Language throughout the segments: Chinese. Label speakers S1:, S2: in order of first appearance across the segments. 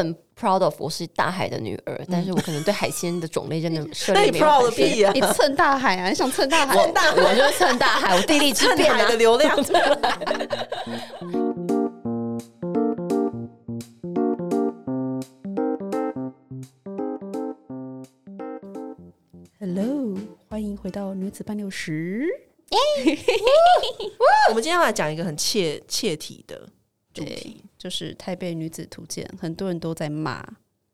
S1: 很 proud of 我是大海的女儿，但是我可能对海鲜的种类真的涉
S2: 那
S1: 猎
S2: 你
S1: 没有
S2: proud
S1: 很
S2: 个
S1: 深。
S2: 屁呀、
S3: 你蹭大海啊！你想蹭大海？
S2: 蹭大海
S1: 我就蹭大海，我地利之
S2: 蹭
S1: 便
S2: 海
S1: 啊
S2: 的！流量 出来。
S3: Hello，欢迎回到女子半六十。
S2: 我们今天要来讲一个很切切题的主
S3: 对
S2: 题，，
S3: 就是台北女子图鉴，很多人都在骂。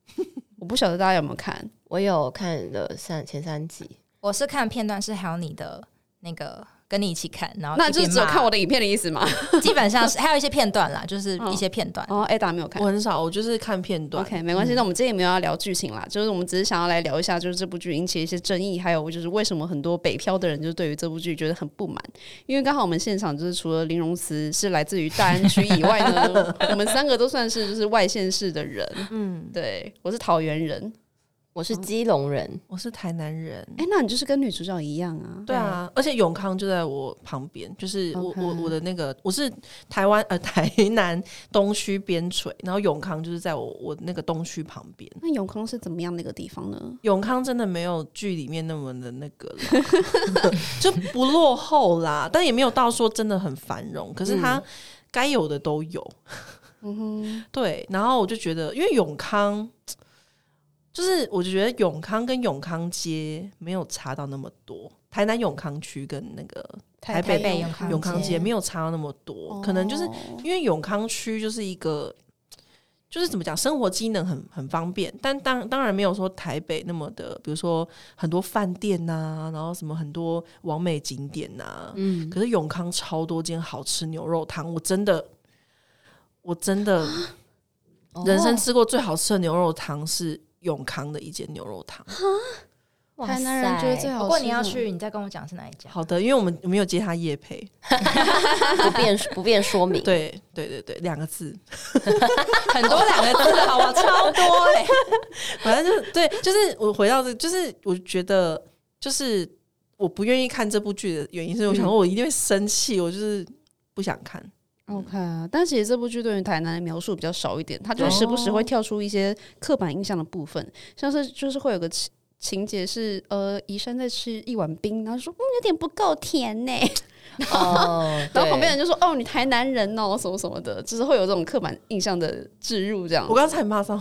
S3: 我不晓得大家有没有看，
S1: 我有看了三前三集，
S4: 我是看片段，是还有你的那个跟你一起看，然后
S3: 那
S4: 一
S3: 就
S4: 边
S3: 是只有
S4: 骂
S3: 看我，的影片的意思吗？
S4: 基本上是还有一些片段啦，就是一些片段。
S3: 哦，Ada 没有看
S2: 我。很少，我就是看片段。嗯
S3: OK，没关系。那我们今天也没有要聊剧情啦，就是我们只是想要来聊一下，就是这部剧引起一些争议，还有就是为什么很多北漂的人就是对于这部剧觉得很不满。因为刚好我们现场就是除了林荣慈是来自于大安区以外 呢，我们三个都算是就是外县市的人。嗯，对，我是桃园人。
S1: 我是基隆人，
S2: 我是台南人，
S3: 哎、那你就是跟女主角一样啊？
S2: 对啊，而且永康就在我旁边，就是我
S3: OK
S2: 我我的那个我是台湾呃台南东区边陲，然后永康就是在我我那个东区旁边。
S3: 那永康是怎么样的一个地方呢？
S2: 永康真的没有剧里面那么的那个啦， 就不落后啦，但也没有到说真的很繁荣，可是
S3: 嗯
S2: 它该有的都有。嗯对，然后我就觉得，因为永康，就是我就觉得永康跟永康街没有差到那么多，台南永康区跟那个台北
S4: 北永康
S2: 永康街
S4: 街
S2: 没有差到那么多，
S3: 哦
S2: 可能就是因为永康区就是一个，就是怎么讲，生活机能很很方便，但当当然没有说台北那么的，比如说很多饭店呐、然后什么很多完美景点呐、嗯，可是永康超多间好吃牛肉汤，我真的，我真的人生吃过最好吃的牛肉汤是永康的一间牛肉汤。
S1: 哇
S3: 台南人觉得
S1: 塞
S3: 最好吃的
S4: 不过你要去，你再跟我讲是哪一家。
S2: 好的，因为我们我们有接他夜配，
S1: 不便不便说明。
S2: 对对对对，两个字，
S4: 很多两个字的好吧，超多哎、
S2: 反正就是对，就是我回到这，就是我觉得，就是我不愿意看这部剧的原因是，我想说我一定会生气，我就是不想看。嗯
S3: OK，啊但其实这部剧对于台南的描述比较少一点，它就是时不
S2: 哦
S3: 时会跳出一些刻板印象的部分，像是就是会有个情情节是呃，宜山在吃一碗冰，然后说嗯有点不够甜呢，
S1: 哦，
S3: 然后旁
S1: 对
S3: 边人就说哦你台南人哦什么什么的，就是会有这种刻板印象的植入这样
S2: 我。刚才骂上，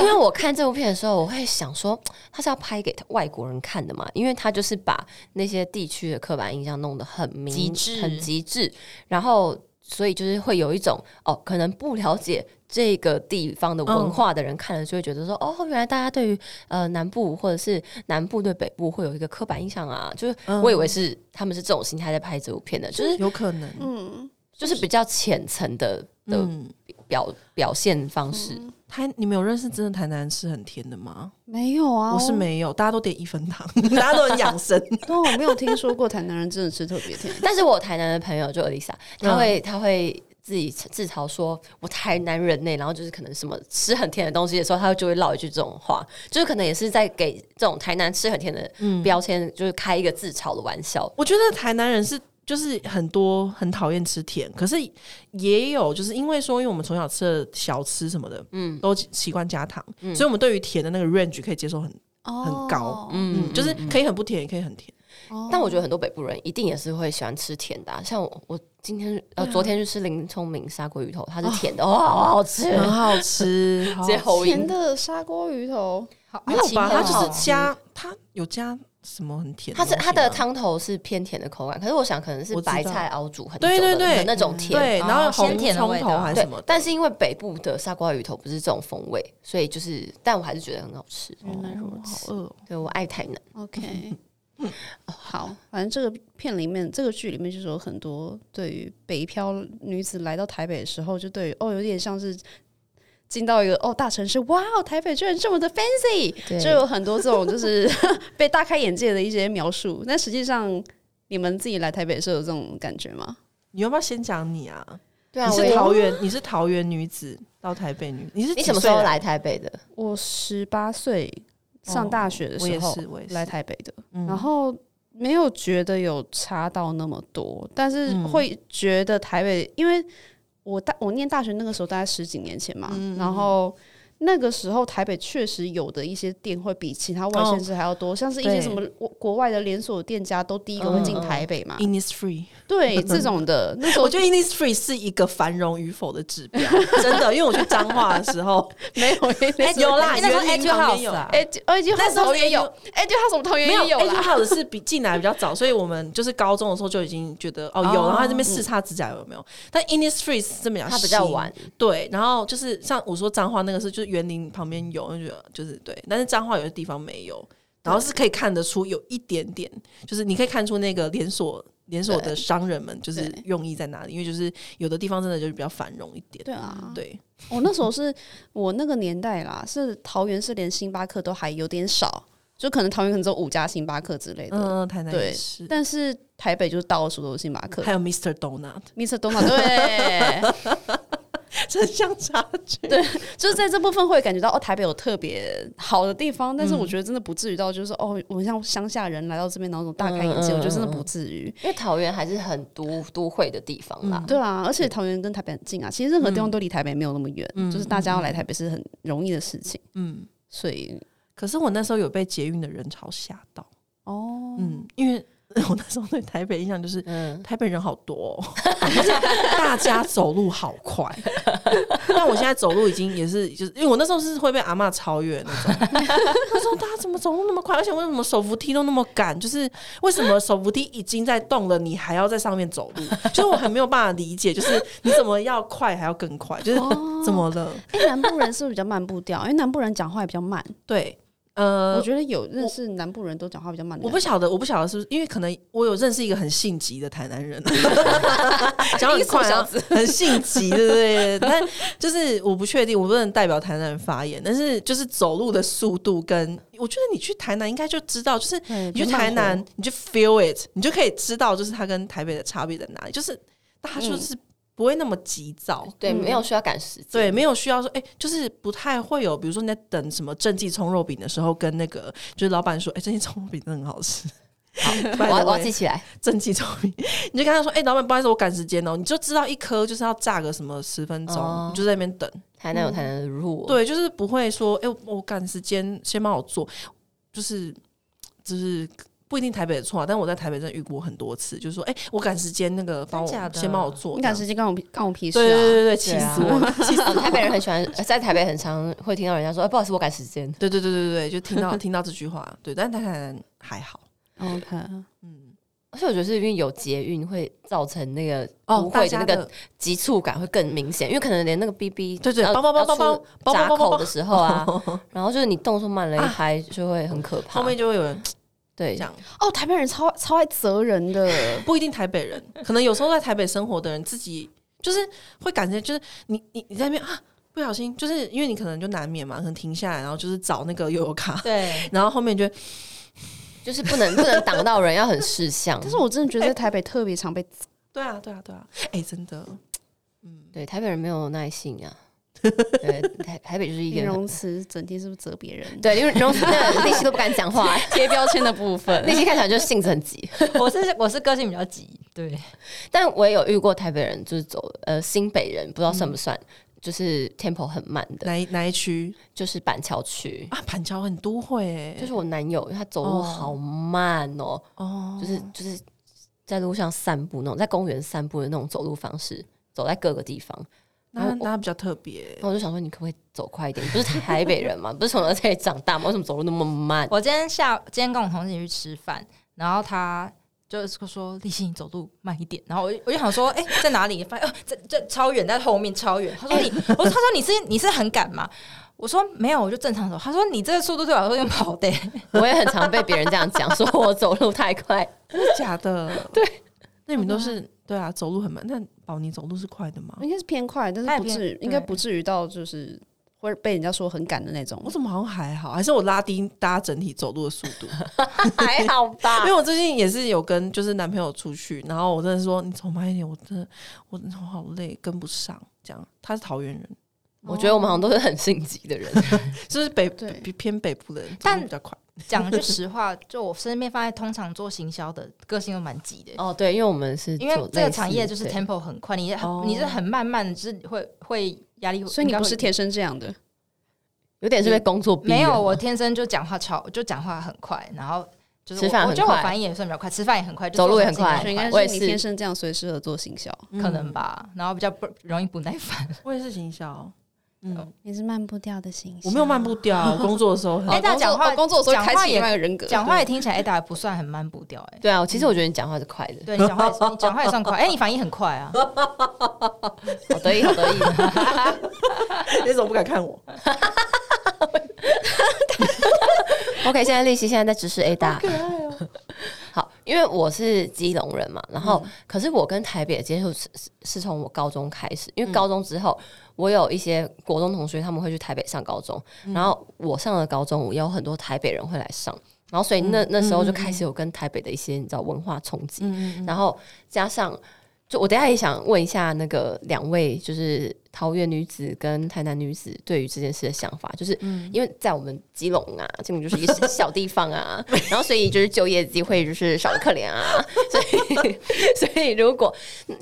S1: 因为我看这部片的时候，我会想说，他是要拍给外国人看的嘛？因为他就是把那些地区的刻板印象弄得很明
S4: 极致
S1: 很极致，然后所以就是会有一种哦，可能不了解这个地方的
S4: 嗯
S1: 文化的人看了就会觉得说，哦，原来大家对于呃南部或者是南部对北部会有一个刻板印象啊，就是
S4: 嗯
S1: 我以为是他们是这种心态在拍这部片的，就是
S2: 有可能，
S3: 嗯，
S1: 就是比较浅层的的
S2: 嗯，
S1: 表表现方
S4: 嗯
S1: 式。
S2: 台你们有认识真的台南是很甜的吗？
S3: 没有啊，
S2: 我是没有，大家都点一分糖，哦 大家都很养生。
S3: 对，我没有听说过台南人真的吃特别甜。
S1: 但是我台南的朋友就 Elisa，他
S2: 嗯
S1: 会、他会自己自嘲说，我台南人呢、然后就是可能什么吃很甜的东西的时候，他就会唠一句这种话，就是可能也是在给这种台南吃很甜的
S2: 嗯
S1: 标签，就是开一个自嘲的玩笑。
S2: 我觉得台南人是就是很多很讨厌吃甜，可是也有就是因为说，因为我们从小吃的小吃什么的，嗯，都习惯加糖，所以我们对于甜的那个 range 可以接受 很，很
S3: 哦
S2: 高嗯，就是可以很不甜，也可以很甜。
S1: 但我觉得很多北部人一定也是会喜欢吃甜的啊、像我我今天
S2: 啊
S1: 呃昨天去吃林聪明砂锅鱼头，
S2: 哦
S1: 它是甜的，哇、好好吃，
S2: 很好吃，
S1: 直接喉
S3: 甜
S1: 音。
S3: 的砂锅鱼头，
S4: 好
S2: 没有
S4: 奇
S2: 吧？
S4: 妙
S2: 它
S4: 哦
S2: 就是加，它有加什么很甜
S1: 它
S2: 东西啊
S1: 是
S2: 吗？
S1: 它的汤头是偏甜的口感，可是我想可能是
S2: 我知道
S1: 白菜熬煮很久
S2: 对对
S1: 的
S2: 对
S1: 的那种甜，
S2: 对，然后
S4: 哦
S2: 红
S4: 鲜甜的
S2: 葱
S4: 味
S2: 头
S4: 道
S2: 还是
S1: 对
S2: 什么，的？
S1: 但是因为北部的砂锅鱼头不是这种风味，所以就是，但我还是觉得很好吃。
S3: 原来如此。
S2: 好饿哦。
S1: 对我爱台南，
S3: OK，好，哦反正这个片里面，这个剧里面就是有很多对于北漂女子来到台北的时候，就对于哦，有点像是进到一个哦大城市，哇哦，台北居然这么的 fancy，
S1: 对
S3: 就有很多这种就是 被大开眼界的一些描述。那实际上，你们自己来台北是有这种感觉吗？
S2: 你要不要先讲你啊？
S1: 对
S2: 你
S1: 我
S2: 是
S1: 也
S2: 桃园，你是桃园女子到台北女，你是
S1: 你
S2: 几
S1: 什么时
S2: 岁啊
S1: 候
S2: 来？
S1: 来台北的？
S3: 我十八岁
S2: 上
S3: 上
S2: 大
S3: 大
S2: 学的
S3: 学的
S2: 时候
S3: 时候
S2: 哦我也是
S3: 来台北的，
S2: 嗯
S3: 然后没有觉得有差到那么多，但是
S2: 嗯
S3: 会觉得台北，因为我大我念大学那个时候大概十几年前嘛，然后那个时候台北确实有的一些店会比其他外县市还要多，像是一些
S2: 对
S3: 什么国国外的连锁店家都第一个会进台北嘛，
S2: Innisfree，
S3: 对这种的，那时候
S2: 我觉得 Innisfree 是一个繁荣与否的指 标，真的。因为我去彰化的时候，
S3: 没 有
S2: 哎有啦
S4: 那时候
S2: 园
S4: H
S2: 林旁
S4: House
S2: 边有
S4: 啊
S3: 哎，哦，已经
S2: 那时候
S3: 桃园有，
S2: 是
S3: 哎，就他什么桃园
S2: 没有
S3: 也有
S2: H
S3: 啦，
S2: House 是比进来比较早，所以我们就是高中的时候就已经觉得哦有，然后在这边试擦指甲油有没有？但 Innisfree 是这么讲，
S1: 它比较晚，
S2: 对，然后就是像我说彰化那个是，就是园林旁边有，我就觉得就是对，但是彰化有的地方没有，然后是可以看得出有一点点，就是你可以看出那个连锁连锁的商人们就是
S3: 对
S2: 用意在哪里，因为就是有的地方真的就是比较繁荣一点，
S3: 对啊，
S2: 对，
S3: 我、那时候是我那个年代啦，是桃园是连星巴克都还有点少，就可能桃园可能只有五家星巴克之类的，
S2: 嗯，台南也
S3: 对
S2: 是，
S3: 但是台北就是到处都是星巴克
S2: 还有 Mr. Donut，
S3: ，Mr. Donut 对，
S2: 真相差距，
S3: 就是在这部分会感觉到哦，台北有特别好的地方，但是
S2: 嗯
S3: 我觉得真的不至于到就是哦，我像乡下人来到这边然后大开眼界，
S1: 嗯嗯
S3: 我觉得真的不至于。
S1: 因为桃园还是很都都会的地方
S2: 嗯
S1: 啦。
S3: 对啊，而且桃园跟台北很近啊，其实任何地方都离台北没有那么远，
S2: 嗯
S3: 就是大家要来台北是很容易的事情，
S2: 嗯。
S3: 所以
S2: 可是我那时候有被捷运的人潮吓到，
S3: 哦，
S2: 嗯，因为 我那时候对台北印象就是
S1: 嗯，
S2: 台北人好多、哦，大家走路好快。但我现在走路已经也是，就是因为我那时候是会被阿嬷超越那种。那时候大家怎么走路那么快？而且为什么手扶梯都那么赶？就是为什么手扶梯已经在动了，你还要在上面走路？就是我很没有办法理解，就是你怎么要快还要更快？就是
S3: 哦
S2: 怎么了？
S3: 哎、南部人是不是比较慢步调？因为南部人讲话也比较慢，
S2: 对，呃
S3: 我，觉得有认识南部人都讲话比较慢的
S2: 我
S3: 感
S2: 不
S3: 觉。
S2: 晓得，我不晓得是不是因为可能我有认识一个很性急的台南人，讲很快啊，很性急，对不对？但就是我不确定，我不能代表台南人发言，但是就是走路的速度跟我觉得你去台南应该就知道，就是
S3: 对
S2: 你去
S3: 比较慢
S2: 台南
S3: 活，
S2: 你就 feel it，你就可以知道，就是它跟台北的差别在哪里，就是大家就是不会那么急躁。
S1: 对，
S3: 嗯
S1: 没有需要赶时间。
S2: 对，没有需要说，哎、就是不太会有，比如说你在等什么正记葱肉饼的时候，跟那个就是老板说，哎、正记葱肉饼真的很好吃，
S1: 我要我要
S2: By the way
S1: 记起来。
S2: 蒸汽葱饼， 你就跟他说：“哎、老板，不好意思，我赶时间哦。”你就知道一颗就是要炸个什么十分钟，
S1: 哦
S2: 你就在那边等。
S1: 台南有台南的路，，
S2: 嗯对，就是不会说：“哎、我我赶时间，先帮我做。”就是就是不一定台北的错、啊，但我在台北真的遇过很多次，就是说：“哎、我赶时间，那个帮我
S4: 真假的
S2: 先帮我做。”
S3: 你赶时间干我屁干我屁事
S2: 对对对
S3: 啊！
S2: 对对，气死我了！气死
S1: 啊 台北人很喜欢，呃在台北很常会听到人家说，哎，不好意思，我赶时间。
S2: 对对对对对，就听 到听到这句话，对，但台南还好，
S3: OK，
S2: 嗯，
S1: 而且我觉得是因为有捷运会造成那个都
S2: 哦
S1: 会哦
S2: 大
S1: 的
S2: 家
S1: 那个急促感会更明显，因为可能连那个 B B
S2: 对对，帮帮帮帮帮帮
S1: 闸
S2: 帮
S1: 口
S2: 帮
S1: 的
S2: 帮，
S1: 时候 啊，然后就是你动作慢了一
S2: 啊
S1: 拍就会很可怕。
S2: 后面就会有人
S1: 对
S2: 这，样。
S3: 哦，台北人超超爱责人的，
S2: 不一定台北人，可能有时候在台北生活的人自己就是会感觉，就是你你你在那边啊，不小心就是因为你可能就难免嘛，可能停下来，然后就是找那个悠游卡，
S1: 对，
S2: 然后后面就
S1: 就是不能不能挡到人，要很识相。
S3: 但是我真的觉得在台北特别常被
S2: 对啊对啊对啊，哎、真的，
S1: 对台北人没有耐性 啊，对台台北就是一
S3: 形
S1: 个
S3: 容词整天是不是责别人？
S1: 对，因为容那个内心都不敢讲话，
S3: 贴标签的 部分
S1: 内心看起来就性子很急。
S4: 我是我是个性比较急，对，
S1: 但我也有遇过台北人，就是走呃新北人，不知道算
S3: 嗯
S1: 不算，就是 tempo 很慢的，
S2: 哪一哪一区
S1: 就是板桥区。
S2: 啊？板桥很都会、欸，
S1: 就是我男友，他走路
S2: 哦
S1: 好慢哦，
S2: 哦，
S1: 就是就是在路上散步那种，在公园散步的那种走路方式，走在各个地方。
S2: 那那比较特别
S1: 然，后我就想说，你可不可以走快一点？你不是台北人吗？ 不是从小在这里长大吗？为什么走路那么慢？
S4: 我今天下今天跟我同事一起去吃饭，然后他就是说立新你走路慢一点，然后我就我就想说，哎、在哪里？发现哦，在在超远，在后面超远。他说你，我说他说你是你是很赶吗？我说没有，我就正常走。他说你这个速度对我来说用跑的、
S1: 我也很常被别人这样讲，说我走路太 快。
S2: 真的 假的？对，那你们都是对啊，走路很慢。那宝妮走路是快的吗？
S3: 应该是偏快，但是
S4: 他也
S3: 不至于，
S4: 偏
S3: 应该
S4: 对
S3: 不至于到就是会被人家说很赶的那种
S2: 我。怎么好像还好？还是我拉低大家整体走路的速度？
S1: 还好吧
S2: 因为？我最近也是有跟就是男朋友出去，然后我真的说你走慢一点，我真的我我好累，跟不上。这样，他是桃园人，
S1: 我觉得我们好像都是很性急的人，
S2: 就是北
S3: 对
S2: 比偏北部的人，
S4: 但
S2: 比较快。
S4: 讲句实话，就我身边发现，通常做行销的个性都蛮急的，
S1: 哦，对，因为我们是
S4: 因为
S1: 做
S4: 这个
S1: 类似
S4: 产业就是
S1: 对
S4: tempo 很快，你很
S2: 哦
S4: 你是很慢慢的，就是会会压力，
S3: 哦所以你
S4: 应该
S3: 不
S4: 会
S3: 是天生这样的，
S1: 有点是被工作逼的
S4: 没有，我
S1: 嘛
S4: 天生就讲话超，就讲话很快，然后就是我
S1: 吃饭
S4: 我
S1: 很
S4: 觉得我
S1: 快
S4: 反应也算比较快，吃饭也很快，就
S1: 走路
S4: 做
S1: 也
S4: 什
S1: 很
S4: 么事
S1: 快
S3: 所以
S4: 情都
S3: 应
S1: 我嗯
S3: 该
S1: 也
S3: 是
S1: 是
S3: 你天生这样，所以适合做行销。
S4: 可能吧，然后比较不容易不耐 烦。
S2: 嗯我也是行销，嗯，
S3: 你是慢步调的呃行
S2: 我没有慢步调，我工作的时候很
S4: 哎
S3: 哎，
S4: 大家
S3: 大
S4: 讲
S3: 讲
S4: 话
S3: 话工作的时
S4: 讲
S3: 候
S4: 话
S3: 开启
S4: 也
S3: 另外一个人格，
S4: 讲话也听起来，哎，打不算很慢步调，哎，
S1: 对啊，其实我觉得你讲话是快的，
S4: 对你讲话也是，你讲话也算快，哎，你反应很快啊，
S2: 哦
S1: 好得意，好得意。
S2: 你怎么不敢看我？
S1: OK，现在丽西现在在指示 A 大， 好，因为我是基隆人嘛，然后、可是我跟台北的接触是是是从我高中开始，因为高中之后、我有一些国中同学他们会去台北上高中，然后我上了高中，也有很多台北人会来上，然后所以那、那时候就开始有跟台北的一些你知道文化冲击，然后加上。就我等一下也想问一下那个两位，就是桃园女子跟台南女子对于这件事的想法，就是因为在我们基隆啊，基隆就是一个小地方啊，然后所以就是就业机会就是少的可怜啊， 所以 所以如果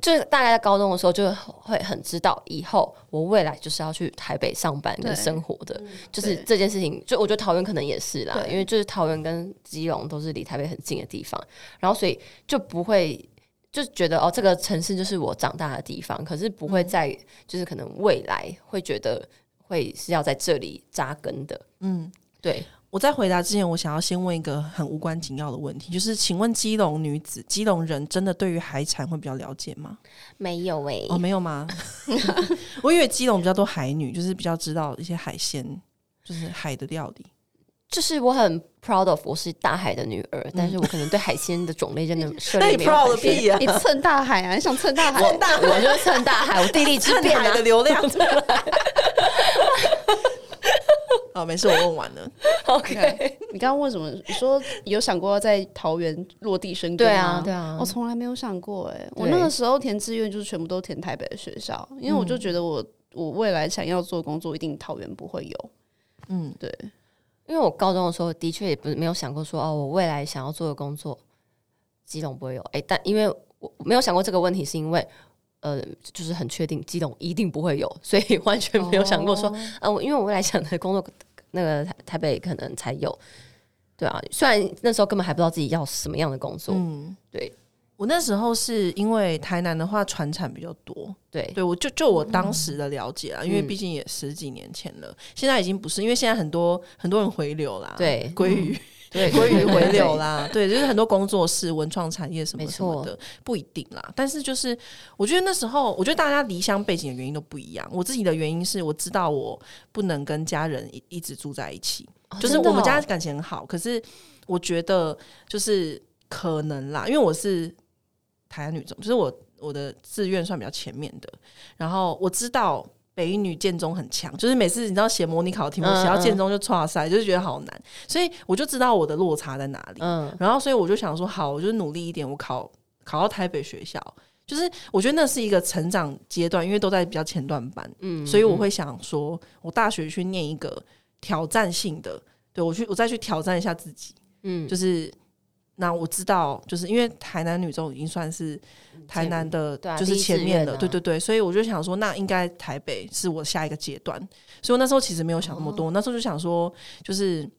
S1: 就是大家在高中的时候就会很知道以后我未来就是要去台北上班跟
S3: 对
S1: 生活的，就是
S3: 对
S1: 这件事情，就我觉得桃园可能也是啦，
S3: 对
S1: 因为就是桃园跟基隆都是离台北很近的地方，然后所以就不会。就觉得哦，这个城市就是我长大的地方，可是不
S2: 嗯
S1: 会在、就是可能未来会觉得会是要在这里扎根的，
S2: 嗯，
S1: 对，
S2: 我在回答之前，我想要先问一个很无关紧要的问题，就是请问基隆女子、基隆人真的对于海产会比较了解吗？
S1: 没有欸诶、
S2: 哦，没 有吗？ 我以为基隆比较多海女，就是比较知道一些海鲜，就是海的料 理。
S1: 就是我很 proud of 我是大海的女儿，但是我可能对海鲜的种类真 的涉
S2: 嗯那
S1: 猎
S2: 你
S1: 没有
S2: proud
S1: 很
S2: 个
S1: 深。
S2: 屁啊
S3: 你蹭大海啊，你想蹭大海，
S1: 大，我就趁大海，我地利之便
S2: 海
S1: 啊
S2: 的！流量 哦，没事，我 问完了。
S3: OK，你刚刚问什么？你说有想过要在桃园落地生根
S1: 对
S3: 吗？
S1: 啊，对啊
S2: 哦
S3: 我，从来没有想过哎、我那个时候填志愿就是全部都填台北的学校，因为我就觉得我、我未来想要做工作，一定桃园不会有。
S2: 嗯，
S3: 对，
S1: 因为我高中的时候的确也不是没有想过说哦，我未来想要做的工作，基隆不会有。哎、但因为我我没有想过这个问题，是因为呃，就是很确定基隆一定不会有，所以 完全没有想过
S2: 哦
S1: 说，嗯、我因为我未来想的工作，那个台台北可能才有。对啊，虽然那时候根本还不知道自己要什么样的工作，
S2: 嗯，
S1: 对
S2: 我那时候是因为台南的话，船产比较多，
S1: 对
S2: 对我就就我当时的了解啊，因为
S1: 嗯
S2: 毕竟也十几年前了，现在已经不是，因为现在很多很多人回流啦，，
S1: 对嗯
S2: 鲑鱼、
S1: 对，
S2: 鲑鱼回流
S1: 流，
S2: 啦，对，就是很多工作室、文创产业什么
S1: 没
S2: 什么
S1: 错
S2: 的，不一定啦。但是就是，我觉得那时候，我觉得大家离乡背景的原因都不一样。我自己的原因是我知道我不能跟家人一一直住在一起，
S1: 哦
S2: 啊就是
S1: 真的
S2: 我们
S1: 哦
S2: 家感情很好，可是我觉得就是可能啦，因为我是台湾女中，就是我我的志愿算比较前面的，然后我知道。北一女建中很强，就是每次你知道写模拟考的题目，
S1: 嗯
S2: 写到
S1: 嗯
S2: 建中就唰塞，就是觉得好难，所以我就知道我的落差在哪里。
S1: 嗯，
S2: 然后所以我就想说，好，我就努力一点，我考考到台北学校。就是我觉得那是一个成长阶段，因为都在比较前段班，嗯，所以我会想说，我大学去念一个挑战性的，对我去我再去挑战一下自己，
S1: 嗯，
S2: 就是那我知道，就是因为台南女中已经算是台南的，
S1: 对啊
S2: 就是
S1: 第一
S2: 前
S1: 志
S2: 面
S1: 愿
S2: 的，
S1: 啊
S2: 对对对，所以我就想说，那应该台北是我下一个阶段，所以我那时候其实没有想那么
S1: 哦
S2: 多，那时候就想说，就是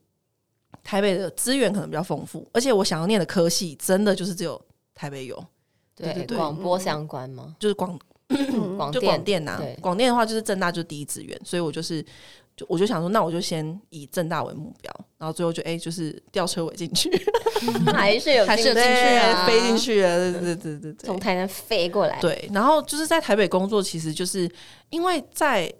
S2: 台北的资源可能比较丰富，而且我想要念的科系真的就是只有台北有，对对
S1: 对，
S2: 对
S1: 广播相关吗？
S2: 就是广
S1: 广
S2: 就
S1: 电
S2: 广电呐
S1: 对，
S2: 广电的话就是正大就是第一志愿，所以我就是就我就想说，那我就先以正大为目标，然后最后就哎、就是吊车尾进去，
S1: 还是有
S3: 还是有
S1: 进
S3: 进去啊
S2: 对飞进去了，对对对对对，
S1: 从台南飞过来，
S2: 对，然后就是在台北工作，其实就是因为在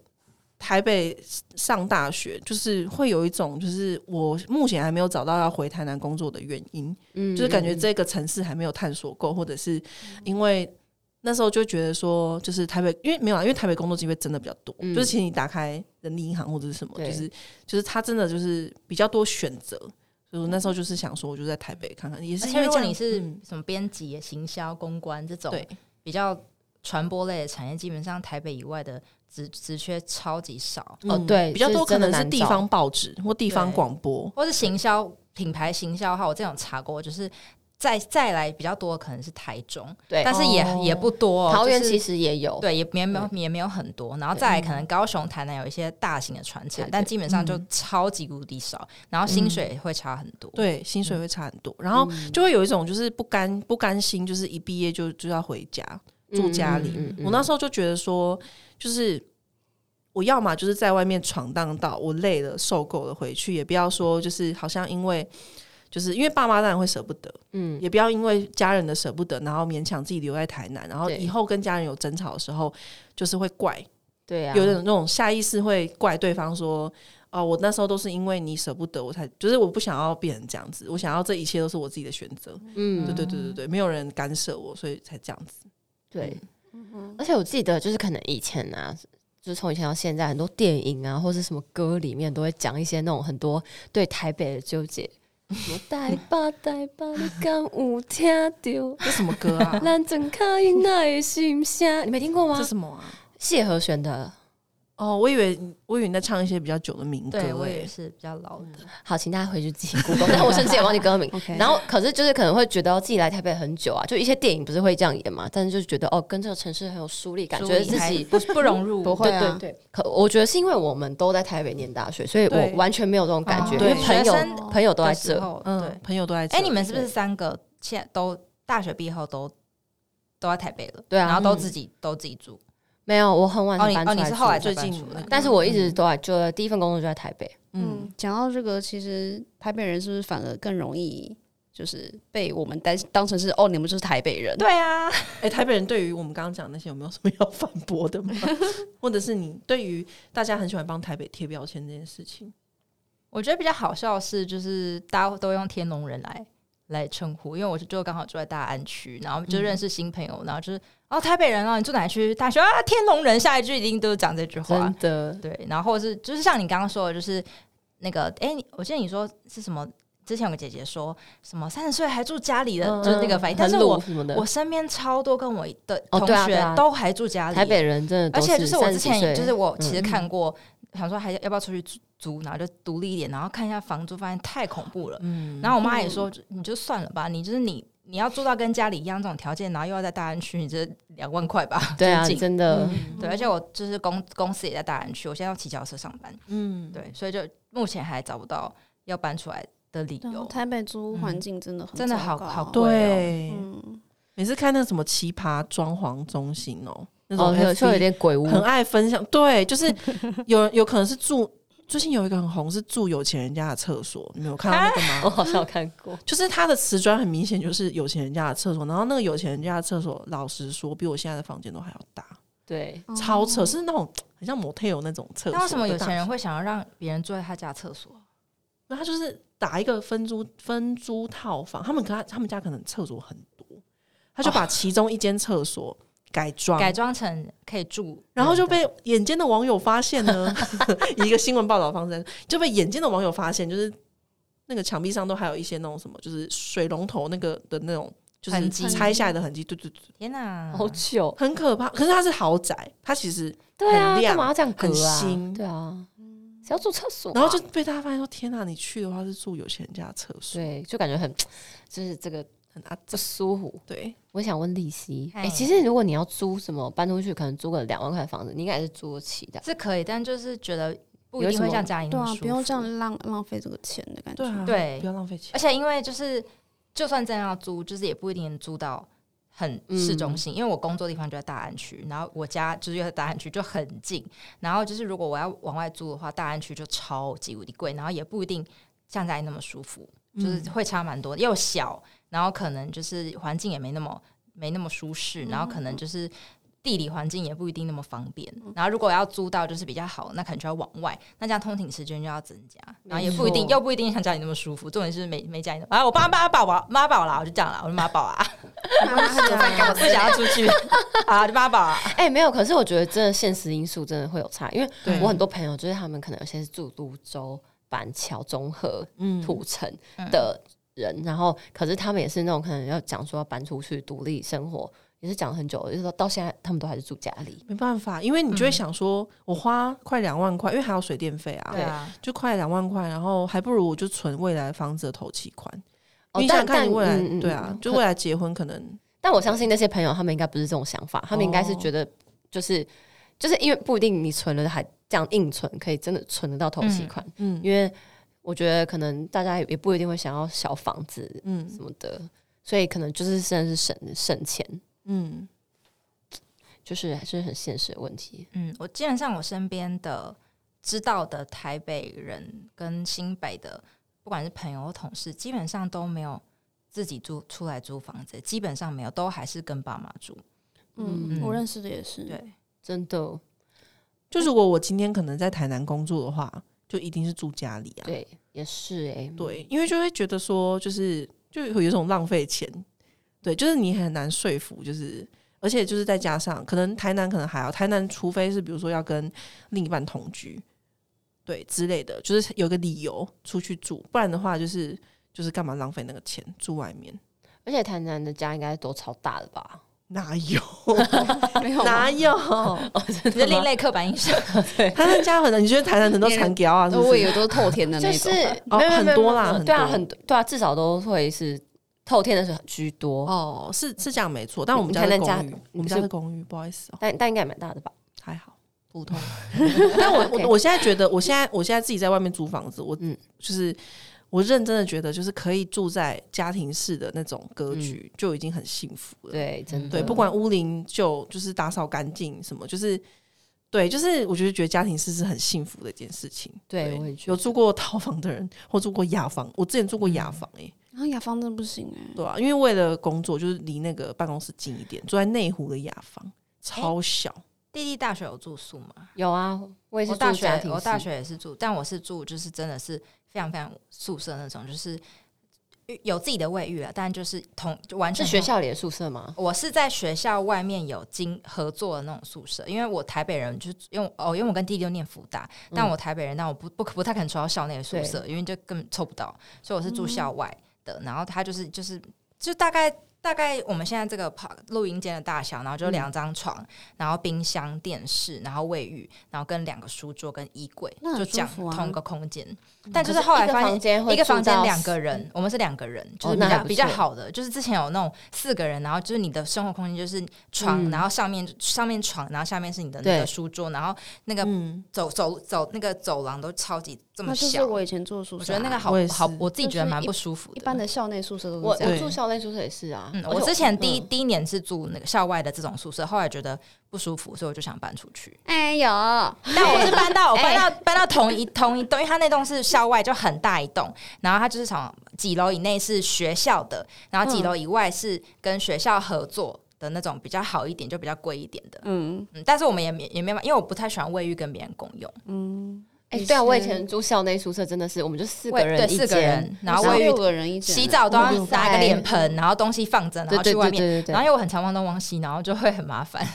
S2: 台北上大学，就是会有一种就是我目前还没有找到要回台南工作的原因，
S1: 嗯，
S2: 就是感觉这个城市还没有探索够，或者是因为。那时候就觉得说，就是台北，因为没有啊，因为台北工作机会真的比较多，
S1: 嗯
S2: 就是其实你打开人力银行或者是什么，
S1: 对
S2: 就是就是它真的就是比较多选择，所以我那时候就是想说，我就在台北看看，也是因
S4: 因
S2: 为
S4: 为如
S2: 这
S4: 果
S2: 样
S4: 你是
S2: 嗯
S4: 什么编辑、行销、公关这种
S2: 对
S4: 比较传播类的产业，基本上台北以外的职职缺超级少，
S1: 哦
S2: 嗯
S1: 对
S2: 比较
S1: 这
S2: 多
S1: 是
S2: 可
S1: 真的
S2: 能是
S1: 难
S2: 地
S1: 找
S2: 方报纸或地方
S4: 对
S2: 广播，
S4: 或是行销品牌行销的话，我这样有查过，就是再再来比较多的可能是台中，
S1: 对
S4: 但是也、
S2: 哦
S4: 也不多哦、
S1: 桃园
S4: 就是
S1: 其实也有，
S4: 对，也没没有也没有很多，然后再来可能高雄、台南有一些大型的船产
S1: 对，
S4: 但
S1: 对
S4: 基本上就超级无敌少，然后薪水也会差很多。
S2: 对，薪
S1: 嗯
S2: 水会差很多，然后就会有一种就是不甘不甘心，就是一毕业就就要回家住家里。
S1: 嗯嗯嗯
S2: 我那时候就觉得说，就是我要嘛就是在外面闯荡到我累了、受够了回去，也不要说就是好像因为就是因为爸妈当然会舍不得，
S1: 嗯，
S2: 也不要因为家人的舍不得，然后勉强自己留在台南，然后
S1: 对
S2: 以后跟家人有争吵的时候，就是会怪
S1: 对啊，
S2: 有点那种下意识会怪对方说：“哦，我那时候都是因为你舍不得我才，就是我不想要变成这样子，我想要这一切都是我自己的选择。
S1: 嗯，
S2: 对对对对对，没有人干涉我，所以才这样子。嗯
S1: 对，而且我记得就是可能以前啊，就是从以前到现在，很多电影啊或是什么歌里面都会讲一些那种很多对台北的纠结，什么台北台北你敢有听到？
S2: 这什么 歌啊？
S1: 咱怎可以那心声？你没听过吗
S2: 这？什么啊？
S1: 谢和弦的
S2: 哦，我以为我以为你在唱一些比较久的民歌、
S4: 对我也
S2: 欸。
S4: 是比较老的，
S1: 好，请大家回去自己 Google，但我甚至也忘记歌名。
S3: 嗯 OK
S1: 然后，可是就是可能会觉得自己来台北很久啊，就一些电影不是会这样演嘛，但是就觉得哦，跟这个城市很有疏离感，
S4: 所
S1: 觉得
S4: 以
S1: 自
S4: 还
S1: 己
S4: 不 不融 入，
S3: 不会啊
S1: 对对对，可我觉得是因为我们都在台北念大学，所以我
S2: 对
S1: 完全没有这种感觉，
S2: 哦
S1: 因为
S2: 对
S1: 朋友
S4: 学生
S1: 朋友都在
S4: 的时
S1: 这。
S4: 候，
S2: 嗯
S4: 对。，
S2: 朋友都在这。
S4: 哎、你们是不是三个现在都大学毕业后都都在台北了？
S1: 对啊
S4: 然后都自己、都自己住。
S1: 没有，我很晚
S4: 哦，
S1: 才
S4: 你
S1: 搬
S4: 哦
S1: 出
S4: 你
S1: 来
S4: 是
S1: 住
S4: 后来
S2: 最
S4: 才搬嗯
S2: 近
S4: 出
S2: 那
S4: 来
S2: 个
S1: 但是我一直都在，就第一份工作就在台北。
S2: 嗯
S3: 嗯，讲到这个，其实台北人是不是反而更容易就是被我们当当成是哦，你们就是台北人？
S4: 对啊，
S2: 哎、台北人对于我们刚刚讲那些有没有什么要反驳的 吗？或者是你对于大家很喜欢帮台北贴标签这件事情，
S4: 我觉得比较好笑的是，就是大家都用天龙人来来称呼，因为我是就刚好住在大安区，然后就
S1: 嗯
S4: 认识新朋友，然后就是哦台北人啊，你住哪区？大学啊，天龙人，下一句一定都是讲这句话
S1: 真。的，
S4: 对，然后或者是就是像你刚刚说的，就是那个哎、你我记得你说是什么？之前有个姐姐说什么三十岁还住家里的，就是那个反应，但
S1: 嗯很
S4: 是我
S1: 鲁什么的
S4: 我，身边超多跟我的
S1: 哦
S4: 同
S1: 对啊对
S4: 学
S1: 啊
S4: 都还住家里，
S1: 台北人真的都
S4: 而
S1: 30几
S4: 且
S1: 岁，
S4: 就是我之前就是我其实
S2: 嗯
S4: 看过，想说还要不要出去租租，然后就独立一点，然后看一下房租，发现太恐怖了。
S2: 嗯，
S4: 然后我妈也说，就你就算了吧，你就是你你要住到跟家里一样这种条件，然后又要在大安区，你这两万块吧，
S1: 对啊，
S4: 租金
S1: 真的，
S4: 对，而且我就是公公司也在大安区，我现在要骑脚踏车上班，
S2: 嗯，
S4: 对，所以就目前还找不到要搬出来的理
S3: 然后
S4: 由。
S3: 台北租环境真的很、
S4: 真的好好贵
S2: 对。
S3: 嗯，
S2: 每次看那什么奇葩装潢中心哦，
S4: 嗯
S2: 那种
S1: 哦，有时候有
S2: FB
S1: 点鬼屋，
S2: 很爱分享，对，就是 有有可能是住最近有一个很红是住有钱人家的厕所，你没有看到那个 吗？
S1: 我好像有看过。
S2: 就是他的瓷砖很明显就是有钱人家的厕所，然后那个有钱人家的厕所，老实说比我现在的房间都还要大，
S1: 对，
S3: 哦
S2: 超扯，是那种很像 motel 那种厕所。
S4: 哦那为什么有钱人？会想要让别人住在他家厕所？啊
S2: 那他就是打一个分租分租套房，他们可他他们家可能厕所很多，他就把其中一间厕所改装
S4: 改装成可以住人的，
S2: 嗯然后就被眼尖的网友发现 呢， 以一个新闻报道方式，就被眼尖的网友发现，就是那个墙壁上都还有一些那种什么，就是水龙头那个的那种，就是
S4: 痕迹
S2: 拆下来的痕迹，对对对，
S4: 天哪，
S1: 好久，
S2: 很可怕。可是它是豪宅，它其实，
S1: 对啊，
S2: 很亮
S1: 干嘛要这样隔
S2: 很
S1: 啊？
S2: 新嗯
S1: 对啊，谁要住厕所啊？
S2: 然后就被大家发现说：“天哪，你去的话是住有钱人家的厕所，
S1: 对，就感觉很就是这个
S2: 很啊，
S1: 不舒服。
S2: 对，
S1: 我想问利息，哎、
S4: 嗨
S1: 其实如果你要租什么搬出去，可能租个两万块的房子，你应该也是租得起 的。
S4: 是可以，但就是觉得不一
S1: 有
S4: 定
S1: 什
S4: 会
S1: 么
S4: 像家里那
S3: 对
S4: 么
S3: 啊
S4: 舒，服
S3: 不用这。样浪浪费这个钱的感觉。
S2: 对啊，
S4: 对
S2: 不要浪费钱
S4: 而。且因为就是，就算真的要租，就是也不一定能租到很市
S3: 嗯
S4: 中心，因为我工作地方就在大安区，然后我家就是又在大安区，就很近。然后就是如果我要往外租的话，大安区就超级无敌贵，然后也不一定像家里那么舒服，
S3: 嗯
S4: 就是会差蛮多的，又小，然后可能就是环境也没那么没那么舒适，然后可
S3: 嗯
S4: 能就是。地理环境也不一定那么方便，然后如果要租到就是比较好，那可能就要往外，那这样通勤时间就要增加，然后也不一定
S1: 没错
S4: 又不一定像家里那么舒服，重点是没没家里那么啊，我爸妈宝宝妈宝啦，我就这样啦，我就 妈宝啊，我不想要出 去啊，就妈宝啊，
S1: 哎、没有，可是我觉得真的现实因素真的会有差，因为
S2: 对
S1: 我很多朋友就是他们可能有些是住泸州、板桥、中和、
S2: 嗯
S1: 土城的人，然后可是他们也是那种可能要讲说要搬出去独立生活。也是讲了很久，就是说到现在他们都还是住家里。
S2: 没办法，因为你就会
S4: 嗯
S2: 想说，我花快两万块，因为还有水电费啊，
S4: 对啊，
S2: 就快两万块，然后还不如我就存未来房子的头期款。
S1: 哦
S2: 你
S1: 但
S2: 想想看，
S1: 但
S2: 你未来、
S1: 嗯嗯
S2: 对啊
S1: 嗯，
S2: 就
S1: 可
S2: 未来结婚可能
S1: 但我相信那些朋友，他们应该不是这种想法，他们应该
S2: 哦
S1: 是觉得就是、就是因为不一定你存了还这样硬存，可以真的存得到头期款，
S2: 嗯
S1: 因为我觉得可能大家也也不一定会想要小房子
S2: 嗯
S1: 什么的，所以可能就是真的是省省钱，
S2: 嗯
S1: 就是还是很现实的问题。
S4: 嗯，我基本上我身边的知道的台北人跟新北的，不管是朋友或同事，基本上都没有自己租出来租房子，基本上没有，都还是跟爸妈 住。
S1: 嗯
S3: 嗯，我认识的也是，
S4: 对，
S1: 真的，
S2: 就如果我今天可能在台南工作的话，就一定是住家里啊。
S1: 对，也是哎、
S2: 对，因为就会觉得说，就是就有一种浪费钱，对，就是你很难说服，就是而且就是再加上可能台南可能还好，台南除非是比如说要跟另一半同居，对之类的，就是有个理由出去住，不然的话就是就是干嘛浪费那个钱住外面？
S1: 而且台南的家应该都超大的吧？哦
S2: 哪 有
S3: 没有吗
S2: 哪有？
S4: 你的另类刻板印象，
S2: 台南家很难，你觉得台南人都
S3: 别人
S2: 残屌啊？
S1: 哦
S2: 是不
S3: 我
S2: 是？
S3: 以为都是透天的
S1: 就
S3: 那
S1: 是
S3: 种，
S2: 哦
S1: 没有没有
S2: 很
S1: 没有
S2: 多啦
S1: 没有
S2: 很
S1: 对啊，
S2: 多
S1: 很多对啊，至少都会是透天的是居多，
S2: 哦，是是这样没错，但我们
S1: 你
S2: 家
S1: 台
S2: 是
S1: 南家
S2: 公寓，我们
S1: 你
S2: 家
S1: 是
S2: 是公寓，不好意思哦。
S1: 但但应该也蛮大的吧？
S2: 还好，普通。但我
S1: OK
S2: 我我现在觉得，我现在我现在自己在外面租房子，我
S1: 嗯
S2: 就是我认真的觉得，就是可以住在家庭式的那种格局，就已经很幸福了。
S1: 嗯对，嗯真的
S2: 对，不管屋龄旧，就是打扫干净什么，就是对，就是我就是觉得家庭式是很幸福的一件事情。
S1: 对我也觉
S2: 有
S1: 得嗯
S2: 住过套房的人，或住过雅房，我之前住过雅房诶、欸
S3: 然后雅芳真的不行哎，
S2: 对啊，因为为了工作，就是离那个办公室近一点，住在内湖的雅房，超小。
S4: 弟弟大学有住宿吗？
S1: 有啊，我也是
S4: 我大
S1: 住家
S4: 学
S1: 庭
S4: 我大
S1: 式
S4: 学也是住，但我是住就是真的是非常非常宿舍那种，就是有自己的卫浴啊，但就是同就完全
S1: 是学
S4: 同
S1: 校里的宿舍吗？
S4: 我是在学校外面有经合作的那种宿舍，因为我台北人就是因为哦，因为我跟弟弟都念福大，但我台北人，但我不不不太可能抽到校内的宿舍，因为就根本抽不到，所以我是住校外的。然后他就是就是就大概大概我们现在这个 pod- 录音间的大小，然后就两张床，然后冰箱、电视，然后卫浴，然后跟两个书桌跟衣柜，
S3: 那很
S4: 就这样
S3: 舒服啊
S4: 同一个空间。但
S1: 可
S4: 就是后来
S1: 一个
S4: 发现
S1: 房。间会
S4: 一个
S1: 住
S4: 房间
S1: 到
S4: 两
S1: 四
S4: 个人，我们是两个人，
S1: 哦
S4: 就是比
S1: 那还
S4: 较、
S1: 不
S4: 比较
S1: 错
S4: 好的。就是之前有那种四个人，然后就是你的生活空间就是床，
S1: 嗯
S4: 然后上面上面床，然后下面是你的那
S1: 对
S4: 个书桌，然后那个
S2: 嗯，
S4: 走走走那个走廊都超级这么
S3: 那就
S4: 小。
S3: 是我以前住的宿
S4: 我
S3: 舍啊，
S4: 觉得那个好
S2: 我也
S4: 好
S2: 是，
S4: 我自己觉得
S3: 就是
S4: 蛮
S3: 一
S4: 不舒服
S3: 一般的嗯校内宿舍都
S1: 我
S3: 是这
S1: 我
S3: 样，
S1: 住校内宿舍也是啊，
S4: 嗯，
S1: 而
S4: 我
S1: 且
S4: 之前第一、
S1: 嗯
S4: 第一年是住那个校外的这种宿舍，后来觉得不舒服，所以我就想搬出去。
S3: 哎呦，
S4: 但我是搬到我搬
S3: 哎
S4: 到搬到同一同一栋，因为它那栋是校外，就很大一栋，然后它就是从几楼以内是学校的，然后几楼以外是跟学校合作的那种比较好一点，就比较贵一点的。
S3: 嗯
S4: 嗯，但是我们也没也没办法，因为我不太喜欢卫浴跟别人共用，
S3: 嗯，
S1: 哎、
S3: 也
S1: 对啊，我以
S3: 是
S1: 前住校内宿舍真的是，我们就四
S4: 卫
S1: 个人
S4: 对
S1: 一
S4: 四个
S1: 间
S4: 人，然后
S3: 我是
S4: 卫浴
S3: 六个人一间，
S4: 洗澡都要
S1: 哇塞
S4: 拿一个脸盆，然后东西放着，然
S1: 啊对
S4: 后
S1: 对
S4: 去外
S1: 对对
S4: 面。
S1: 对
S4: 然后
S1: 对
S4: 因为我很常忘东忘西，然后就会很麻烦。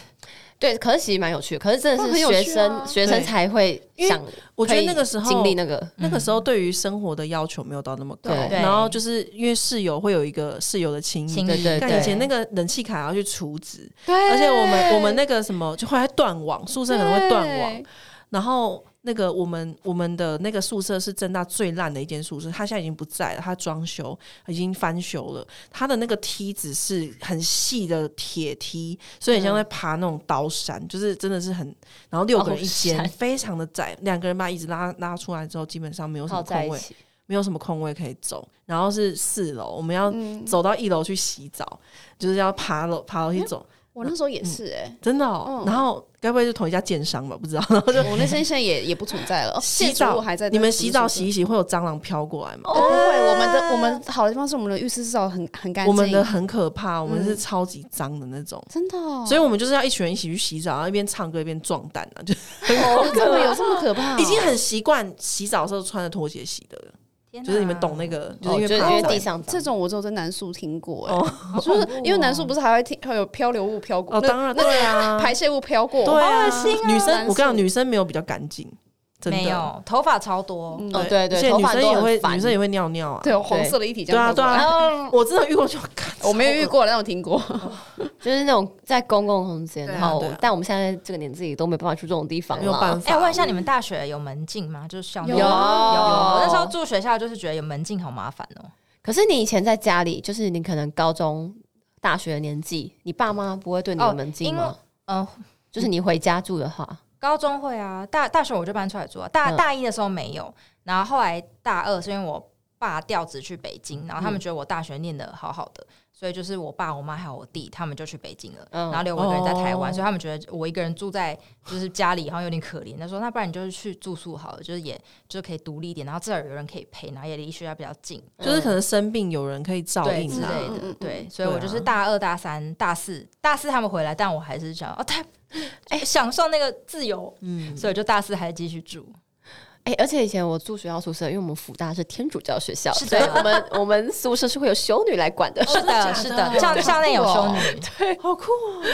S1: 对，可是其实蛮有趣的，可是真的
S3: 哇
S1: 是
S3: 很有
S1: 学
S3: 趣
S1: 生、
S3: 啊
S1: 学生
S2: 对
S1: 才会
S2: 因为
S1: 想，
S2: 我觉得那个时候
S1: 经历那个，
S2: 那个时候对于生活的要求没有到那么高，
S1: 对
S2: 然后就是因为室友会有一个室友的情谊
S4: 情，
S1: 对
S4: 侣
S1: 对
S2: 但
S1: 对
S2: 以前那个冷气卡要去储值，
S3: 对，
S2: 而且我们我们那个什么就会断网，宿舍可能会断网
S3: 对，，
S2: 然后那个我们我们的那个宿舍是正大最烂的一间宿舍，它现在已经不在了，它装修已经翻修了，它的那个梯子是很细的铁梯，所以很像在爬那种刀山，就是真的是很，然后六个人一
S1: 刀
S2: 间，
S1: 山
S2: 非常的窄，两个人把椅子拉拉出来之后，基本上没有什
S1: 靠
S2: 么
S1: 在
S2: 空
S1: 一
S2: 位，
S1: 起，
S2: 没有什么空位可以走，然后是四楼，我们要
S3: 嗯，
S2: 走到一楼去洗澡，就是要爬楼爬楼去走，
S3: 我那时候也是哎，
S2: 真的、哦
S3: 嗯，
S2: 然后该不会是同一家建商吧？不知道。
S3: 我那间现在也也不存在了， 哦
S2: 洗
S3: 建筑
S2: 澡
S3: 物还在，
S2: 你
S3: 但
S2: 们
S3: 是不
S2: 洗
S3: 是
S2: 澡
S3: 宿舍
S2: 洗一洗会有蟑螂飘过来吗？
S3: 哦，不会，我们的我们好的地方是我们的浴室至少很很干净，
S2: 我们的很可怕，我们是
S3: 嗯
S2: 超级脏的那种，
S3: 真的哦，
S2: 所以我们就是要一群人一起去洗澡，然后一边唱歌一边壮胆啊，就
S3: 有这么有这么可怕哦，
S2: 已经很习惯洗澡的时候穿着拖鞋洗的了，
S4: 天
S2: 就是你
S4: 哪
S2: 们懂那个，
S1: 哦，
S2: 是
S1: 就
S2: 因
S1: 是
S2: 为
S1: 因
S2: 怕
S1: 为
S2: 脏
S1: 地上
S3: 这种我只有在南宿听过哎、
S2: 哦
S3: 就是 因为南
S4: 树
S3: 宿不是还会听会有漂流物飘过，
S2: 哦，
S3: 那
S2: 当然对啊，
S3: 排泄物飘过，
S2: 对啊，女
S3: 男
S2: 生我跟你讲，
S3: 宿
S2: 女生没有比较干净，真的
S4: 没有头发超多，
S3: 嗯
S1: 哦，对
S2: 而
S1: 对，
S2: 且
S1: 头
S2: 女
S1: 发
S2: 生
S1: 都
S2: 也
S1: 很
S2: 会，
S1: 烦
S2: 女生也会尿尿啊。
S3: 对，有黄色的一体这样
S2: 对啊
S3: 过来
S2: 对啊
S1: 然后
S2: 我真的遇过就， 看，
S3: 我没有遇过，但我听过。
S1: 哦就是那种在公共空间，
S4: 对啊
S1: 然后
S2: 对啊
S1: 但我们现在这个年纪都没办法去这种地方
S2: 没有办
S1: 了。
S2: 法。
S4: 哎、我问一下，你们大学有门禁吗？就是校内哦
S1: 有啊
S4: 我那时候住学校，就是觉得有门禁好麻烦哦、
S1: 可是你以前在家里，就是你可能高中、大学的年纪，你爸妈不会对你有
S4: 哦
S1: 门禁
S4: 因为
S1: 吗？
S4: 嗯、
S1: 就是你回家住的话，
S4: 高中会啊，大大学我就搬出来住啊。大
S1: 嗯
S4: 大一的时候没有，然后后来大二是因为我爸调职去北京，然后
S2: 嗯
S4: 他们觉得我大学念的好好的，所以就是我爸、我妈还有我弟他们就去北京了，
S1: 嗯
S4: 然后留我一个人在台湾，
S2: 哦
S4: 所以他们觉得我一个人住在就是家里好像有点可怜，他说那不然你就是去住宿好了，就是也就可以独立一点，然后至少有人可以陪，然后也离学校比较近。
S2: 就是
S1: 嗯
S2: 可能生病有人可以照
S4: 对
S2: 应
S4: 之
S2: 啊
S4: 类
S3: 嗯嗯
S4: 的
S3: 嗯，
S4: 对，所以
S2: 对
S4: 我
S2: 啊
S4: 就是大二、大三、大四、大四他们回来，但我还是想哦，太哎、享受那个自由，
S2: 嗯，
S4: 所以我就大四还继续住。
S1: 哎、而且以前我住学校宿舍，因为我们辅大是哦天主教学校，
S4: 是
S1: 所
S4: 的
S1: 以我们我们宿舍是会有修女来管的。
S4: 是哦的，是的，校校内有修女，
S2: 好酷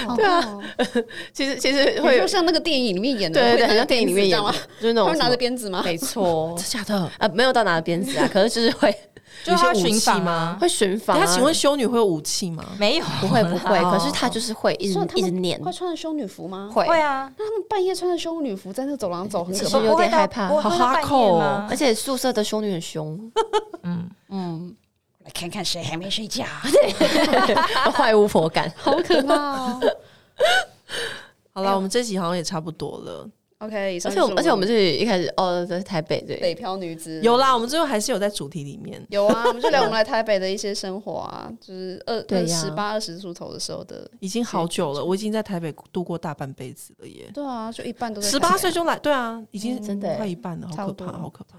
S2: 哦！
S3: 对啊，
S1: 其实其实
S3: 会
S1: 会
S3: 就
S1: 有，
S3: 像那个电影里面演的，
S1: 对对对，
S3: 会拿
S1: 很
S3: 着
S1: 像电影里面
S3: 鞭
S1: 演
S3: 子
S1: 的
S3: 这样吗？，
S1: 就是那
S3: 他
S1: 种
S3: 们拿
S1: 什
S3: 着
S1: 么
S3: 鞭子吗？
S1: 没 错
S2: 假的？
S1: 啊，没有到拿着鞭子啊，可是就是会
S4: 就是他巡访
S2: 吗
S4: 吗？
S1: 会巡访、
S2: 等
S1: 啊。
S2: 一下，请问修女会有武器吗？
S4: 没有，
S1: 不会 不会，
S2: 哦
S1: 可是他就是会一直
S3: 所以他
S1: 一直
S3: 们
S1: 念，
S3: 会穿着修女服吗？
S1: 会
S4: 会啊，
S3: 那他们半夜穿着修女服在那个走廊走，很
S1: 其
S3: 可
S1: 实
S3: 怕。
S1: 有点害怕哦
S4: 不会到
S2: 好
S4: 不会到半夜
S2: hardcore
S4: 吗
S1: 而且宿舍的修女很 凶，
S4: 嗯，
S1: 嗯，
S3: 来看看谁还没 睡觉，
S1: 坏巫婆感。
S3: 好可 怕哦。
S2: 好了，我们这集好像也差不多了。
S3: OK，以
S1: 而
S3: 上
S1: 且我
S3: 就
S1: 们而且我们
S3: 是
S1: 自己一开始哦，在台北
S3: 我们北
S1: 对，
S3: 漂女子
S2: 有啦，我们最后还是有在主题里面。
S3: 有啊，我们就聊我们来台北的一些生活啊， 就是二
S1: 对呀
S3: 十八、二十出头的时候的。
S2: 已经好久了，我已经在台北度过大半辈子了耶。
S3: 对啊，就一半都在
S2: 十
S3: 台
S2: 八
S3: 北
S2: 岁就来，对啊，已经
S1: 嗯真的耶
S2: 快一半了，好
S3: 差
S2: 可
S3: 不
S2: 怕，
S3: 多
S2: 好可怕。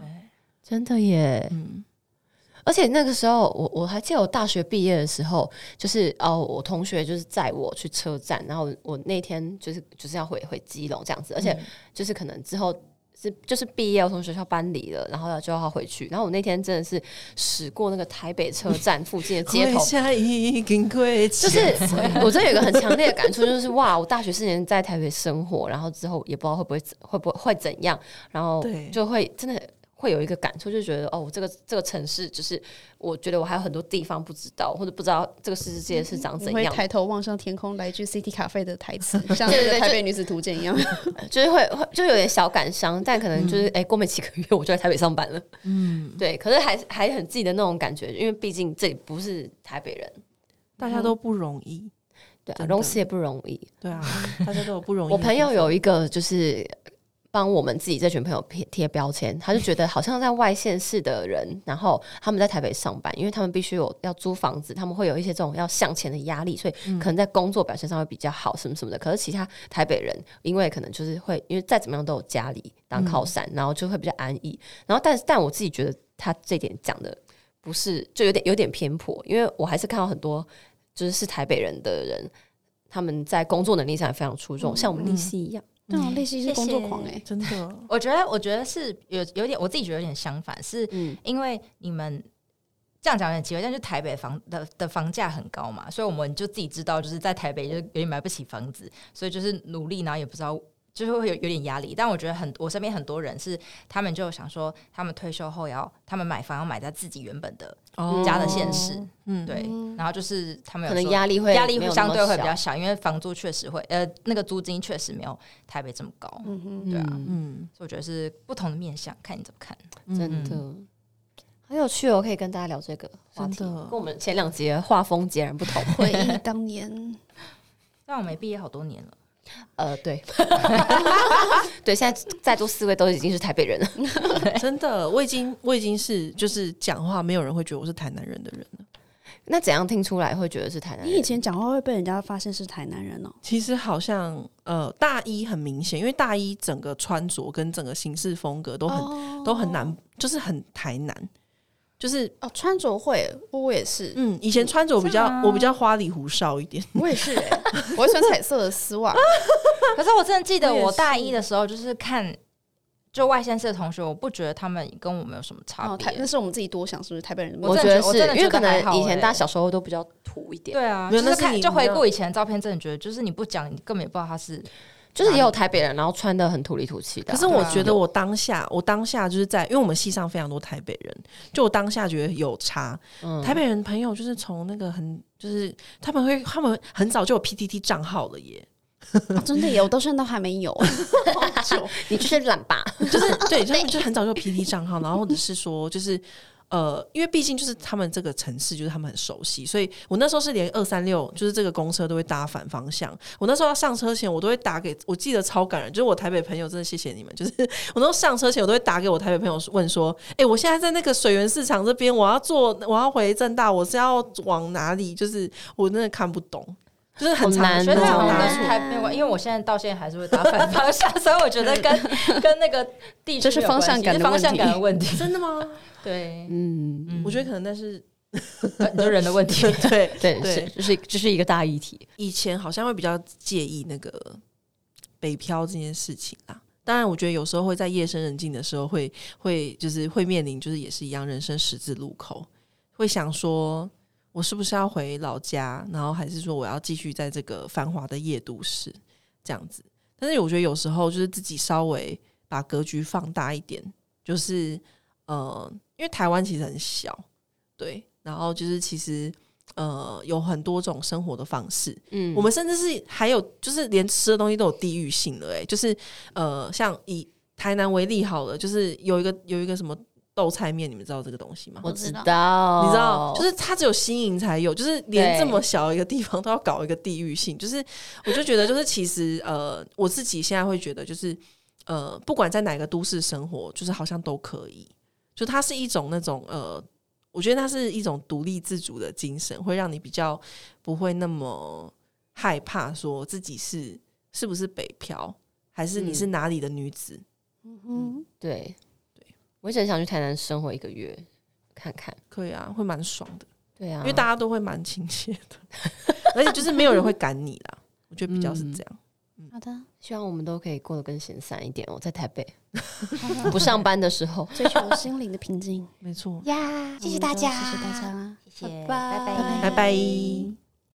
S1: 真的耶。
S2: 嗯，
S1: 而且那个时候，我我还记得我大学毕业的时候，就是哦，我同学就是载我去车站，然后我那天就是就是要回回基隆这样子，而且就是可能之后是就是毕业，我从学校搬离了，然后就要回去，然后我那天真的是驶过那个台北车站附近的街头
S2: 跪，下已经跪
S1: 就
S2: 就是
S1: 我真的有一个很强烈的感触，就是哇，我大学四年在台北生活，然后之后也不知道会不会怎会不会会怎样，然后
S2: 对
S1: 就会真的会有一个感触，就觉得哦，我这个这个城市，就是我觉得我还有很多地方不知道，或者不知道这个世界是长怎
S3: 你会
S1: 样，
S3: 抬头望向天空，来一句 City 卡费的台 词，像
S1: 对对
S3: 那个
S1: 对
S3: 台
S1: 就
S3: 北女子图鉴一样。
S1: 就是会会就有点小感伤，但可能
S2: 嗯
S1: 就是哎、过没几个月我就在台北上 班了，嗯，对，可是还还很记得那种感觉，因为毕竟这里不是台北人，
S2: 大家都不容易，
S1: 对、啊，
S2: 真的
S1: 融词也不容易，
S2: 对啊，大家都有不容易。
S1: 我朋友，有一个就是帮我们自己这群朋友贴贴标签，他就觉得好像在外县市的人，然后他们在台北上班，因为他们必须有要租房子，他们会有一些这种要向前的压力，所以可能在工作表现上会比较好，什么什么的。可是其他台北人，因为可能就是会因为再怎么样都有家里当
S2: 嗯
S1: 靠山，然后就会比较安逸。然后但是但我自己觉得他这点讲的不是，就有点有点偏颇，因为我还是看到很多就是是台北人的人。他们在工作能力上也非常出众，像我们利息一样。
S3: 对啊，类似是工作狂哎、
S2: 真的，
S4: 我觉得我觉得是有有点，我自己觉得有点相反，是
S1: 嗯，
S4: 因为你们这样讲有点奇怪，但是台北房的的房价很高嘛，所以我们就自己知道，就是在台北就是有点买不起房子，所以就是努力，然后也不知道。就是会有有点压力，但我觉得很，我身边很多人是，他们就想说，他们退休后要，他们买房要买在自己原本的
S2: 哦
S4: 家的现实，
S2: 嗯，
S4: 对，然后就是他们
S1: 可
S4: 有
S1: 能
S4: 说
S1: 压力会
S4: 压力
S1: 没
S4: 会
S1: 有
S4: 相
S1: 那么
S4: 对会比
S1: 小
S4: 较小，因为房租确实会，呃，那个租金确实没有台北这么高，
S3: 嗯哼，
S4: 对啊
S1: 嗯
S2: 嗯，
S4: 所以我觉得是不同的面向，看你怎么看。
S1: 真的。很有趣哦，可以跟大家聊这个话题，
S2: 真的
S1: 跟我们前两集的画风截然不同。
S3: 回忆当 年，
S4: 但我没毕业好多 年了，
S1: 呃，对， 对，现在在座四位都已经是台北人了，
S2: 真的，我已经我已经是就是讲话，没有人会觉得我是台南人的人了。
S1: 那怎样听出来会觉得是台南
S3: 你以
S1: 人？
S3: 前讲话会被人家发现是台南人哦、
S2: 其实好像呃，大一很明显，因为大一整个穿着跟整个行事风格都很、
S3: 哦
S2: 都很难，就是很台南，就是
S3: 哦，穿着会，我也是，
S2: 嗯，以前穿着我比较
S4: 真的吗
S2: 我比较花里胡哨一点，
S3: 我也是哎、 我会穿彩色的丝袜，
S4: 可是我真的记得
S2: 我也
S4: 我大一
S2: 是
S4: 的时候，就是看就外县市的同学，我不觉得他们跟我们有什么差
S3: 哦，台
S4: 别。
S3: 那是我们自己多想，是不是台北人？
S1: 我
S4: 真
S1: 觉
S4: 的
S1: 得
S4: 觉我
S1: 是
S4: 真的
S1: 因为
S4: 觉得
S1: 可
S4: 还
S1: 能
S4: 好
S1: 以前
S4: 欸
S1: 大家小时候都比较土一点，
S4: 对啊，
S2: 没
S4: 就
S2: 有
S4: 是
S2: 那是
S4: 看
S2: 你
S4: 就
S2: 你
S4: 回
S2: 知道
S4: 顾以前的照片，真的觉得就是你不讲，你根本也不知道他是
S1: 就是也有台北人，然后穿的很土里土气的啊、
S2: 可是我觉得我当下，我当下就是在，因为我们系上非常多台北人，就我当下觉得有差。
S1: 嗯
S2: 台北人朋友就是从那个很，就是他们会，他们很早就有 PTT 账号了耶，
S3: 啊真的耶，我到现在都还没 有。
S1: 你就是懒 吧？
S2: 就是对，他们就很早就有 PTT 账号，然后或者是说就是。呃，因为毕竟就是他们这个城市，就是他们很熟悉，所以我那时候是连二三六，就是这个公车都会搭反方向。我那时候要上车前，我都会打给我记得超感人，就是我台北朋友，真的谢谢你们。就是 我那时候上车前，我都会打给我台北朋友问说：“哎、我现在在那个水源市场这边，我要坐，我要回正大，我是要往哪里？”就是我真的看不懂，就是很
S1: 好
S2: 常
S1: 难
S4: 觉得
S1: 哦
S4: 好
S2: 常
S4: 像
S2: 拿
S1: 难
S2: 错
S4: 跟台没有关，因为我现在到现在还是会打反方向，所以我觉得跟跟那个地
S3: 这是
S4: 区没有关
S3: 方
S4: 系
S3: 向感的
S4: 是方向
S3: 问题
S4: 感的 问题。
S2: 真的吗？
S4: 对，
S3: 嗯，
S4: 嗯
S2: 我觉得可能那是。
S4: 很多人的问题
S2: 对
S1: 对，
S2: 对
S1: 是是这是一个大议题。
S2: 以前好像会比较介意那个北漂这件事情啦。当然，我觉得有时候会在夜深人静的时候会，会就是会面临，就是也是一样人生十字路口，会想说，我是不是要回老家，然后还是说我要继续在这个繁华的夜都市这样子。但是我觉得有时候就是自己稍微把格局放大一点，就是呃，因为台湾其实很小，对，然后就是其实呃有很多种生活的方式，
S1: 嗯
S2: 我们甚至是还有就是连吃的东西都有地域性了、欸，就是呃，像以台南为例好了，就是有一个有一个什么豆菜面，你们知道这个东西吗？
S1: 我
S3: 知
S1: 知
S3: 道
S1: 道，
S2: 你知道，就是它只有新营才有，就是连
S1: 对
S2: 这么小一个地方都要搞一个地域性，就是我就觉得，就是其实呃，我自己现在会觉得，就是呃，不管在哪个都市生活，就是好像都可以，就它是一种那种呃，我觉得它是一种独立自主的精神，会让你比较不会那么害怕说自己是是不是北漂，还是你是哪里的女子，
S3: 嗯，
S1: 对我一直很想去台南生活一个月看看。
S2: 可以啊，会蛮爽的。
S1: 对啊，
S2: 因为大家都会蛮亲切的， 而且就是没有人会赶你啦。我觉得比较是这样，
S3: 嗯好的，
S1: 希望我们都可以过得更闲散一点哦，在台北 不上班的时 候。
S3: 追求心灵的平静
S2: 没错。
S3: 呀！谢谢大家，谢谢大家，
S1: 谢谢，
S3: 拜拜
S2: 拜拜。